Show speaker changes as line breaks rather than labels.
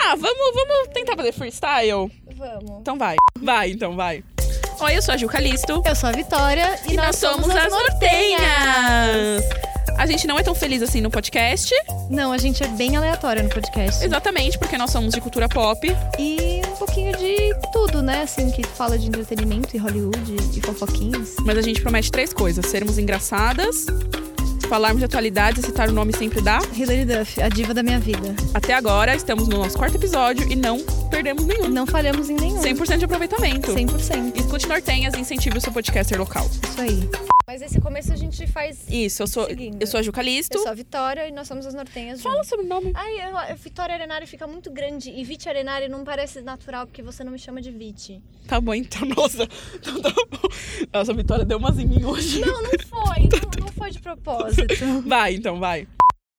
Ah, vamos, vamos tentar fazer freestyle?
Vamos.
Então vai. Vai, então vai. Oi, eu sou a Ju Calisto.
Eu sou a Vitória
E nós somos as Nortenhas. A gente não é tão feliz assim no podcast.
Não, a gente é bem aleatória no podcast.
Exatamente, porque nós somos de cultura pop.
E um pouquinho de tudo, né? Assim, que fala de entretenimento e Hollywood e fofoquinhas.
Mas a gente promete três coisas: sermos engraçadas, falarmos de atualidades e citar o nome sempre da.
Hilary Duff, a diva da minha vida.
Até agora, estamos no nosso quarto episódio e não perdemos nenhum.
Não falhamos em nenhum.
100% de aproveitamento.
100%.
Escute Nortenhas e incentive o seu podcaster local.
Isso aí.
Mas esse começo a gente faz.
Isso, eu sou,
Seguindo.
eu sou a Ju Calisto.
Eu sou a Vitória e nós somos as Nortenhas.
Fala
juntas.
sobre o nome.
Ai, eu- a Vitória Arenari fica muito grande e Vite Arenari não parece natural porque você não me chama de Vite.
Tá bom, então, nossa. Então tá bom. Nossa, a Vitória deu umas em mim hoje.
Não, não foi. não, não foi de propósito.
Vai, então, vai.